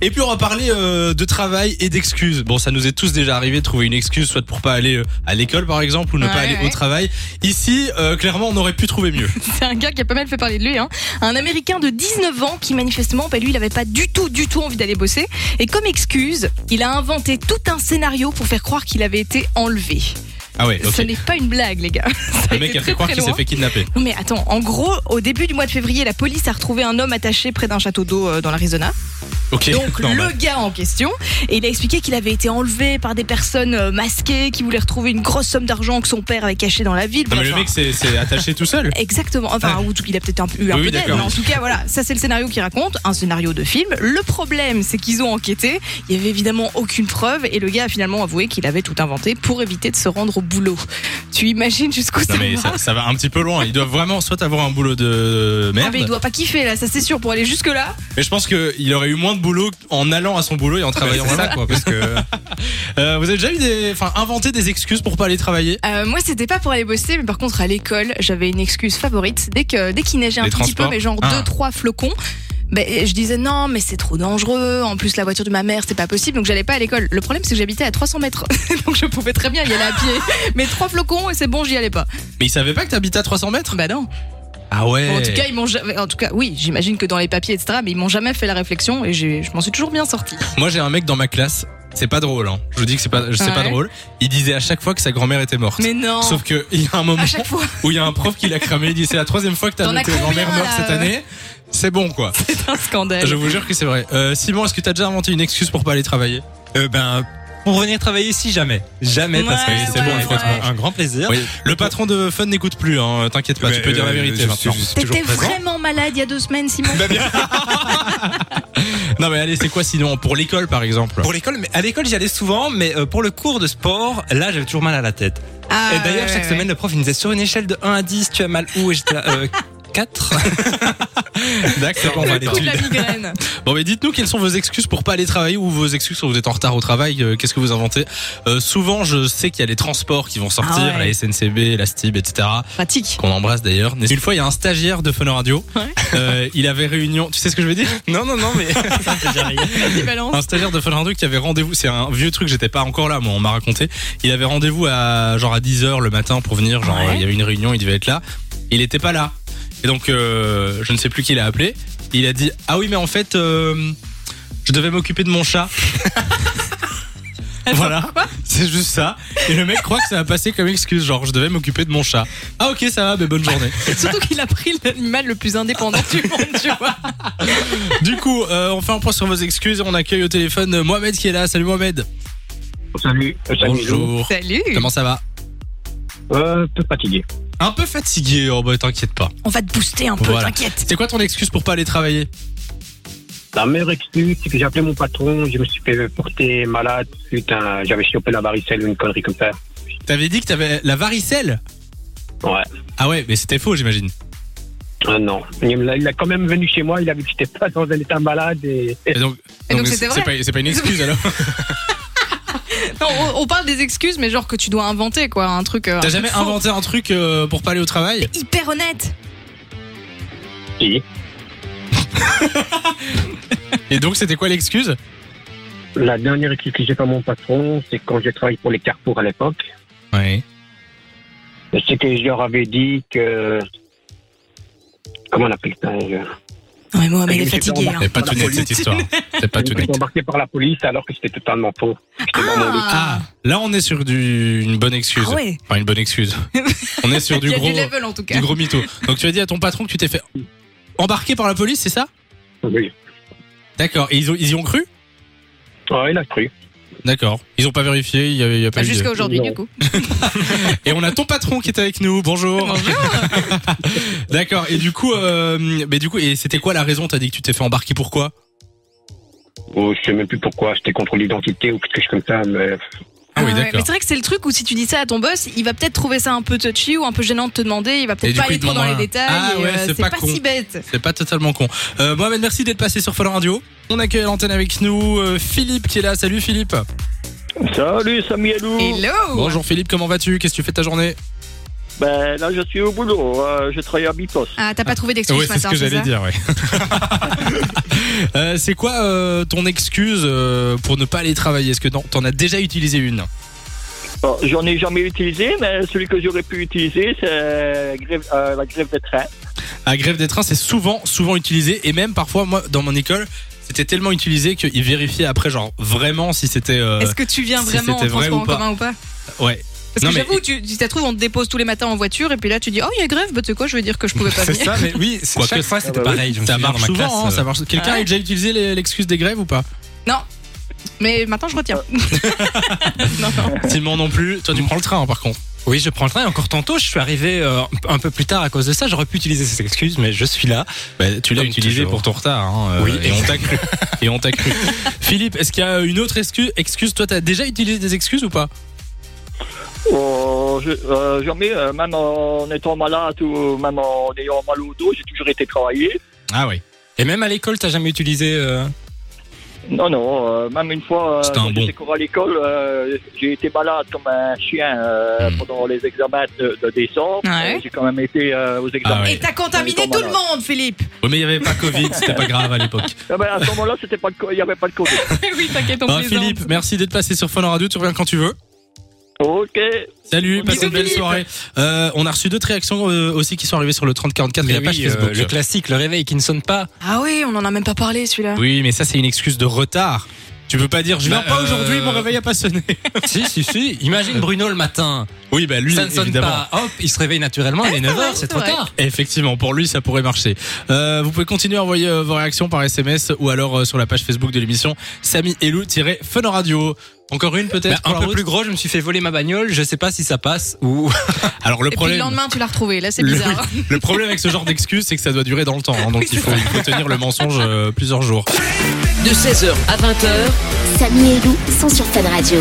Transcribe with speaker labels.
Speaker 1: Et puis on va parler euh, de travail et d'excuses. Bon, ça nous est tous déjà arrivé de trouver une excuse, soit pour pas aller euh, à l'école par exemple, ou ne
Speaker 2: Ouais,
Speaker 1: pas aller
Speaker 2: ouais.
Speaker 1: au travail. Ici, euh, clairement, on aurait pu trouver mieux.
Speaker 2: C'est un gars qui a pas mal fait parler de lui. Hein. Un Américain de 19 ans qui manifestement, bah, lui, il avait pas du tout, du tout envie d'aller bosser. Et comme excuse, il a inventé tout un scénario pour faire croire qu'il avait été enlevé.
Speaker 1: Ah ouais,
Speaker 2: Ce
Speaker 1: ok.
Speaker 2: n'est pas une blague, les gars. Ça
Speaker 1: Le mec
Speaker 2: été
Speaker 1: a
Speaker 2: très,
Speaker 1: fait croire
Speaker 2: très
Speaker 1: qu'il s'est
Speaker 2: loin.
Speaker 1: fait kidnapper.
Speaker 2: Non mais attends, en gros, au début du mois de février, la police a retrouvé un homme attaché près d'un château d'eau euh, dans l'Arizona.
Speaker 1: Ok.
Speaker 2: Donc
Speaker 1: Non, bah,
Speaker 2: le gars en question, et il a expliqué qu'il avait été enlevé par des personnes euh, masquées qui voulaient retrouver une grosse somme d'argent que son père avait cachée dans la ville.
Speaker 1: non, mais
Speaker 2: Bref,
Speaker 1: le mec s'est s'est attaché tout seul.
Speaker 2: Exactement. Enfin, ou il a peut-être un- eu un
Speaker 1: Oui, oui,
Speaker 2: peu d'aide, mais
Speaker 1: d'accord.
Speaker 2: en tout cas, voilà. Ça, c'est le scénario qu'il raconte, un scénario de film. Le problème, c'est qu'ils ont enquêté. Il y avait évidemment aucune preuve, et le gars a finalement avoué qu'il avait tout inventé pour éviter de se rendre au boulot. Tu imagines jusqu'où ça
Speaker 1: Non mais
Speaker 2: va
Speaker 1: ça, ça va un petit peu loin. Il doit vraiment soit avoir un boulot de
Speaker 2: Ah, mais il
Speaker 1: merde.
Speaker 2: doit pas kiffer là, ça c'est sûr. Pour aller jusque là,
Speaker 1: Mais je pense qu'il aurait eu moins de boulot en allant à son boulot et
Speaker 2: Ah, bah,
Speaker 1: en travaillant là, quoi. Parce que Euh, vous avez déjà eu des, enfin, inventé des excuses pour pas aller travailler
Speaker 2: Euh, moi c'était pas pour aller bosser, mais par contre à l'école, j'avais une excuse favorite. Dès que dès qu'il neigeait un
Speaker 1: Les
Speaker 2: petit peu,
Speaker 1: transports.
Speaker 2: mais genre
Speaker 1: Ah.
Speaker 2: deux trois flocons. Ben, je disais non, mais c'est trop dangereux. En plus, la voiture de ma mère, c'est pas possible. Donc, j'allais pas à l'école. Le problème, c'est que j'habitais à 300 mètres. donc, je pouvais très bien y aller à pied. Mais trois flocons, et c'est bon, j'y allais pas.
Speaker 1: Mais il savait pas que t'habitais à 300 mètres
Speaker 2: Bah, non.
Speaker 1: Ah ouais.
Speaker 2: En tout cas, ils m'ont jamais- En tout cas, oui, j'imagine que dans les papiers, etc. Mais ils m'ont jamais fait la réflexion et j'ai- je m'en suis toujours bien sortie.
Speaker 1: Moi, j'ai un mec dans ma classe. C'est pas drôle, hein. Je vous dis que c'est pas, c'est pas
Speaker 2: Ouais.
Speaker 1: drôle. Il disait à chaque fois que sa grand-mère était morte.
Speaker 2: Mais non.
Speaker 1: Sauf que il y a un moment
Speaker 2: À chaque fois.
Speaker 1: où il y a un prof qui l'a cramé. Il dit c'est la troisième fois que t'as
Speaker 2: T'en as
Speaker 1: noté grand-mère
Speaker 2: combien,
Speaker 1: meurt
Speaker 2: là,
Speaker 1: cette
Speaker 2: euh
Speaker 1: année. C'est bon, quoi.
Speaker 2: C'est un scandale.
Speaker 1: Je vous jure que c'est vrai. Euh, Simon, est-ce que t'as déjà inventé une excuse pour pas aller travailler
Speaker 3: Euh, ben, pour venir travailler ici, jamais. Jamais, parce que
Speaker 2: Ouais,
Speaker 3: c'est
Speaker 2: ouais,
Speaker 3: bon, il faut
Speaker 2: ouais.
Speaker 3: un- un grand plaisir.
Speaker 1: Oui. Le patron de Fun n'écoute plus, hein. T'inquiète pas, tu
Speaker 3: Mais,
Speaker 1: peux dire la
Speaker 3: euh,
Speaker 1: vérité
Speaker 3: je
Speaker 1: maintenant.
Speaker 3: suis- je suis
Speaker 2: T'étais
Speaker 3: toujours présent.
Speaker 2: vraiment malade il y a deux semaines, Simon.
Speaker 1: Bah, Non, mais allez, c'est quoi sinon pour l'école par exemple
Speaker 3: Pour l'école, mais à l'école j'y allais souvent, mais euh, pour le cours de sport, là j'avais toujours mal à la tête.
Speaker 2: Ah,
Speaker 3: et d'ailleurs,
Speaker 2: ouais,
Speaker 3: chaque
Speaker 2: ouais,
Speaker 3: semaine, le prof il me disait sur une échelle de 1 à 10, tu as mal où Et j'étais là, euh, 4.
Speaker 1: D'accord, on
Speaker 2: ouais.
Speaker 1: va
Speaker 2: Le coup de
Speaker 1: l'étude.
Speaker 2: la migraine.
Speaker 1: Bon, mais dites-nous quelles sont vos excuses pour pas aller travailler ou vos excuses quand vous êtes en retard au travail. euh, Qu'est-ce que vous inventez Euh, Souvent, je sais qu'il y a les transports qui vont sortir,
Speaker 2: Ah ouais.
Speaker 1: la SNCB, la STIB, etc.
Speaker 2: Pratique.
Speaker 1: Qu'on embrasse d'ailleurs. Une fois, il y a un stagiaire de Fun Radio.
Speaker 2: Ouais.
Speaker 1: Euh, il avait réunion. Tu sais ce que je veux dire
Speaker 3: non, non, non, mais ça me fait déjà rire.
Speaker 2: Des balances.
Speaker 1: Un stagiaire de Fun Radio qui avait rendez-vous, c'est un vieux truc, j'étais pas encore là, moi, on m'a raconté. Il avait rendez-vous à genre à 10h le matin pour venir, genre
Speaker 2: Ouais.
Speaker 1: euh, il y avait une réunion, il devait être là. Il était pas là. Et donc euh, je ne sais plus qui l'a appelé. Il a dit "Ah oui, mais en fait euh, je devais m'occuper de mon chat." voilà, c'est juste ça. Et le mec croit que ça va passer comme excuse, genre je devais m'occuper de mon chat. Ah ok, ça va, mais bonne journée.
Speaker 2: Surtout qu'il a pris l'animal le plus indépendant du monde, tu vois.
Speaker 1: du coup, euh, on fait un point sur vos excuses et on accueille au téléphone euh, Mohamed qui est là. Salut Mohamed.
Speaker 4: Salut.
Speaker 1: Bonjour.
Speaker 2: Salut.
Speaker 1: Comment ça va
Speaker 4: Euh, un peu fatigué.
Speaker 1: Un peu fatigué, oh bah t'inquiète pas.
Speaker 2: On va te booster un peu,
Speaker 1: Voilà.
Speaker 2: t'inquiète.
Speaker 1: C'est quoi ton excuse pour pas aller travailler
Speaker 4: La meilleure excuse, c'est que j'ai appelé mon patron, je me suis fait porter malade suite à un- J'avais chopé la varicelle ou une connerie comme ça.
Speaker 1: T'avais dit que t'avais la varicelle
Speaker 4: Ouais.
Speaker 1: Ah ouais, mais c'était faux j'imagine.
Speaker 4: Ah non. Il me l'a- il a quand même venu chez moi, il a vu que j'étais pas dans un état malade et.
Speaker 1: Et donc,
Speaker 2: Et donc,
Speaker 1: c'est-
Speaker 2: c'était
Speaker 1: c'est
Speaker 2: vrai
Speaker 1: pas, c'est pas une excuse alors.
Speaker 2: Non, on, on parle des excuses, mais genre que tu dois inventer, quoi. Un truc. euh, un
Speaker 1: T'as
Speaker 2: truc
Speaker 1: jamais
Speaker 2: faux.
Speaker 1: inventé un truc euh, pour pas aller au travail
Speaker 2: Hyper honnête.
Speaker 4: Si.
Speaker 1: Et donc c'était quoi l'excuse
Speaker 4: La dernière excuse que j'ai fait à mon patron, c'est quand j'ai travaillé pour les Carrefour à l'époque.
Speaker 1: Ouais.
Speaker 4: C'est que je leur avais dit que. Comment on appelle ça je-
Speaker 2: Non, mais
Speaker 1: Ah,
Speaker 2: Mohamed
Speaker 4: Je
Speaker 2: est
Speaker 4: me suis fait
Speaker 2: fatigué. hein.
Speaker 4: remarquer
Speaker 1: C'est pas
Speaker 4: par la
Speaker 1: tout net
Speaker 4: police.
Speaker 1: cette histoire. C'est pas
Speaker 4: Je
Speaker 1: tout
Speaker 4: me suis
Speaker 1: net.
Speaker 4: embarqué par la police alors que c'était totalement faux. J'étais dans mon lit.
Speaker 1: Ah, là on est sur du, une bonne excuse.
Speaker 2: Ah ouais.
Speaker 1: Enfin une bonne excuse. on est sur
Speaker 2: Il
Speaker 1: du
Speaker 2: y a
Speaker 1: gros,
Speaker 2: du level en tout cas.
Speaker 1: du gros mytho. Donc tu as dit à ton patron que tu t'es fait embarquer par la police, c'est ça
Speaker 4: Oui.
Speaker 1: D'accord. Et ils, ont- ils y ont cru
Speaker 4: Ouais, Ah, il a cru.
Speaker 1: D'accord. Ils ont pas vérifié, il y a, il y a pas
Speaker 2: Bah,
Speaker 1: eu de-
Speaker 2: Jusqu'à aujourd'hui,
Speaker 4: Non.
Speaker 2: du coup.
Speaker 1: Et on a ton patron qui est avec nous. Bonjour. D'accord. Et du coup, euh, mais du coup, et c'était quoi la raison T'as dit que tu t'es fait embarquer pourquoi
Speaker 4: Oh, je sais même plus pourquoi, c'était contre l'identité ou quelque chose comme ça, mais
Speaker 1: Ah oui,
Speaker 2: Ouais, ouais. Mais
Speaker 1: d'accord.
Speaker 2: c'est vrai que c'est le truc où si tu dis ça à ton boss, il va peut-être trouver ça un peu touchy ou un peu gênant de te demander. Il va
Speaker 1: Et
Speaker 2: peut-être
Speaker 1: du
Speaker 2: pas
Speaker 1: coup, il
Speaker 2: aller
Speaker 1: te
Speaker 2: trop dans les
Speaker 1: demande un-
Speaker 2: détails.
Speaker 1: Ah
Speaker 2: et,
Speaker 1: ouais,
Speaker 2: euh,
Speaker 1: c'est pas con.
Speaker 2: si bête.
Speaker 1: C'est pas totalement con. Euh, Mohamed, merci d'être passé sur Fun Radio. On accueille à l'antenne avec nous euh, Philippe qui est là. Salut Philippe.
Speaker 5: Salut Samielou
Speaker 2: Hello.
Speaker 1: Oh. Bonjour Philippe, comment vas-tu Qu'est-ce que tu fais de ta journée
Speaker 5: Ben là, je suis au boulot. euh, je travaille à Bipos.
Speaker 2: Ah, t'as pas trouvé d'excuse
Speaker 1: Ouais,
Speaker 2: ce
Speaker 1: c'est ce
Speaker 2: matin,
Speaker 1: que
Speaker 2: c'est
Speaker 1: j'allais
Speaker 2: ça
Speaker 1: dire, ouais. Euh, c'est quoi euh, ton excuse euh, pour ne pas aller travailler Est-ce que t'en- t'en as déjà utilisé une
Speaker 5: Bon, J'en ai jamais utilisé, mais celui que j'aurais pu utiliser, c'est euh, grève- euh, la grève des trains.
Speaker 1: À grève des trains, c'est souvent, souvent utilisé. Et même parfois, moi, dans mon école, c'était tellement utilisé qu'ils vérifiaient après, genre, vraiment si c'était. euh,
Speaker 2: Est-ce que tu viens
Speaker 1: si
Speaker 2: vraiment en
Speaker 1: c'était vrai
Speaker 2: transport en
Speaker 1: ou pas.
Speaker 2: commun ou pas
Speaker 1: Ouais.
Speaker 2: Parce
Speaker 1: Non,
Speaker 2: que
Speaker 1: mais-
Speaker 2: j'avoue, tu, tu te trouves, on te dépose tous les matins en voiture et puis là tu dis Oh, il y a grève, bah tu sais quoi, je veux dire que je pouvais pas
Speaker 3: C'est
Speaker 2: venir.
Speaker 3: ça, mais oui, c'est-
Speaker 1: Quoique,
Speaker 3: chaque fois c'était
Speaker 5: ah bah oui,
Speaker 3: pareil. je me
Speaker 1: Ça
Speaker 3: souviens, dans
Speaker 1: marche
Speaker 3: ma
Speaker 1: souvent,
Speaker 3: classe, euh.
Speaker 1: hein, ça marche. Quelqu'un
Speaker 2: Ah
Speaker 1: a
Speaker 2: Ouais.
Speaker 1: déjà utilisé les- l'excuse des grèves ou pas
Speaker 2: Mais maintenant je retiens. non, non.
Speaker 1: Simon non plus. Toi, tu prends le train, hein, par contre.
Speaker 3: Oui, je prends le train et encore tantôt, je suis arrivé euh, un peu plus tard à cause de ça. J'aurais pu utiliser ces excuses, mais je suis là.
Speaker 1: Bah, tu
Speaker 3: l'as utilisé pour
Speaker 1: ton retard.
Speaker 3: Oui,
Speaker 1: oui, et on t'a cru. Et on t'a cru. Philippe, est-ce qu'il y a une autre excu- excuse Toi, t'as déjà utilisé des excuses ou pas
Speaker 5: Oh, je- euh, jamais, euh, même en étant malade ou même en ayant mal au dos, j'ai toujours été travailler.
Speaker 1: Ah oui.
Speaker 3: Et même à l'école, t'as jamais utilisé. euh,
Speaker 5: Non, non, euh, même une fois, euh,
Speaker 1: C'était un
Speaker 5: quand
Speaker 1: bon.
Speaker 5: j'étais encore à l'école, euh, j'ai été malade comme un chien euh,
Speaker 1: Hmm.
Speaker 5: pendant les examens de, de décembre.
Speaker 2: Ouais.
Speaker 5: Euh, J'ai quand même été euh, aux examens.
Speaker 1: Ah ouais.
Speaker 2: Et t'as contaminé
Speaker 5: Ouais,
Speaker 2: tout le
Speaker 5: voilà.
Speaker 2: monde, Philippe
Speaker 1: Oui, mais il n'y avait pas Covid, c'était pas grave à l'époque.
Speaker 5: Ah ben, à ce moment-là, c'était pas le co- il n'y avait pas de Covid.
Speaker 2: Oui, t'inquiète, on
Speaker 1: Ah,
Speaker 2: plaisante.
Speaker 1: Philippe, merci d'être passé sur Fun Radio, tu reviens quand tu veux.
Speaker 5: ok.
Speaker 1: Salut, passe
Speaker 2: Bisous,
Speaker 1: une belle
Speaker 2: Philippe.
Speaker 1: soirée. Euh, on a reçu d'autres réactions euh, aussi qui sont arrivées sur le 3044 et
Speaker 3: mais
Speaker 1: la page
Speaker 3: oui, euh,
Speaker 1: Facebook.
Speaker 3: le classique, le réveil qui ne sonne pas.
Speaker 2: Ah oui, on en a même pas parlé celui-là.
Speaker 1: Oui, mais ça, c'est une excuse de retard. Tu peux pas dire, je viens
Speaker 3: Bah,
Speaker 1: pas
Speaker 3: euh,
Speaker 1: aujourd'hui, mon réveil a pas sonné.
Speaker 3: si, si, si. Imagine Bruno le matin.
Speaker 1: Oui, bah lui,
Speaker 3: ça ne sonne
Speaker 1: évidemment.
Speaker 3: pas. Hop, il se réveille naturellement. Il est 9h, c'est trop
Speaker 2: vrai.
Speaker 3: tard.
Speaker 1: Effectivement, pour lui, ça pourrait marcher. Euh, vous pouvez continuer à envoyer euh, vos réactions par SMS ou alors euh, sur la page Facebook de l'émission Samy Elou Fun Radio. Encore une peut-être.
Speaker 3: Bah,
Speaker 1: pour la
Speaker 3: un peu
Speaker 1: route
Speaker 3: plus gros, je me suis fait voler ma bagnole. Je sais pas si ça passe ou.
Speaker 1: Alors le
Speaker 2: Et puis le
Speaker 1: problème.
Speaker 2: lendemain, tu l'as retrouvé. Là, c'est
Speaker 1: Le-
Speaker 2: bizarre.
Speaker 1: Le problème avec ce genre d'excuse, c'est que ça doit durer dans le temps. hein. donc il faut, il faut tenir le mensonge euh, plusieurs jours.
Speaker 6: De 16h à 20h,
Speaker 7: Samy et Lou sont sur Fan Radio.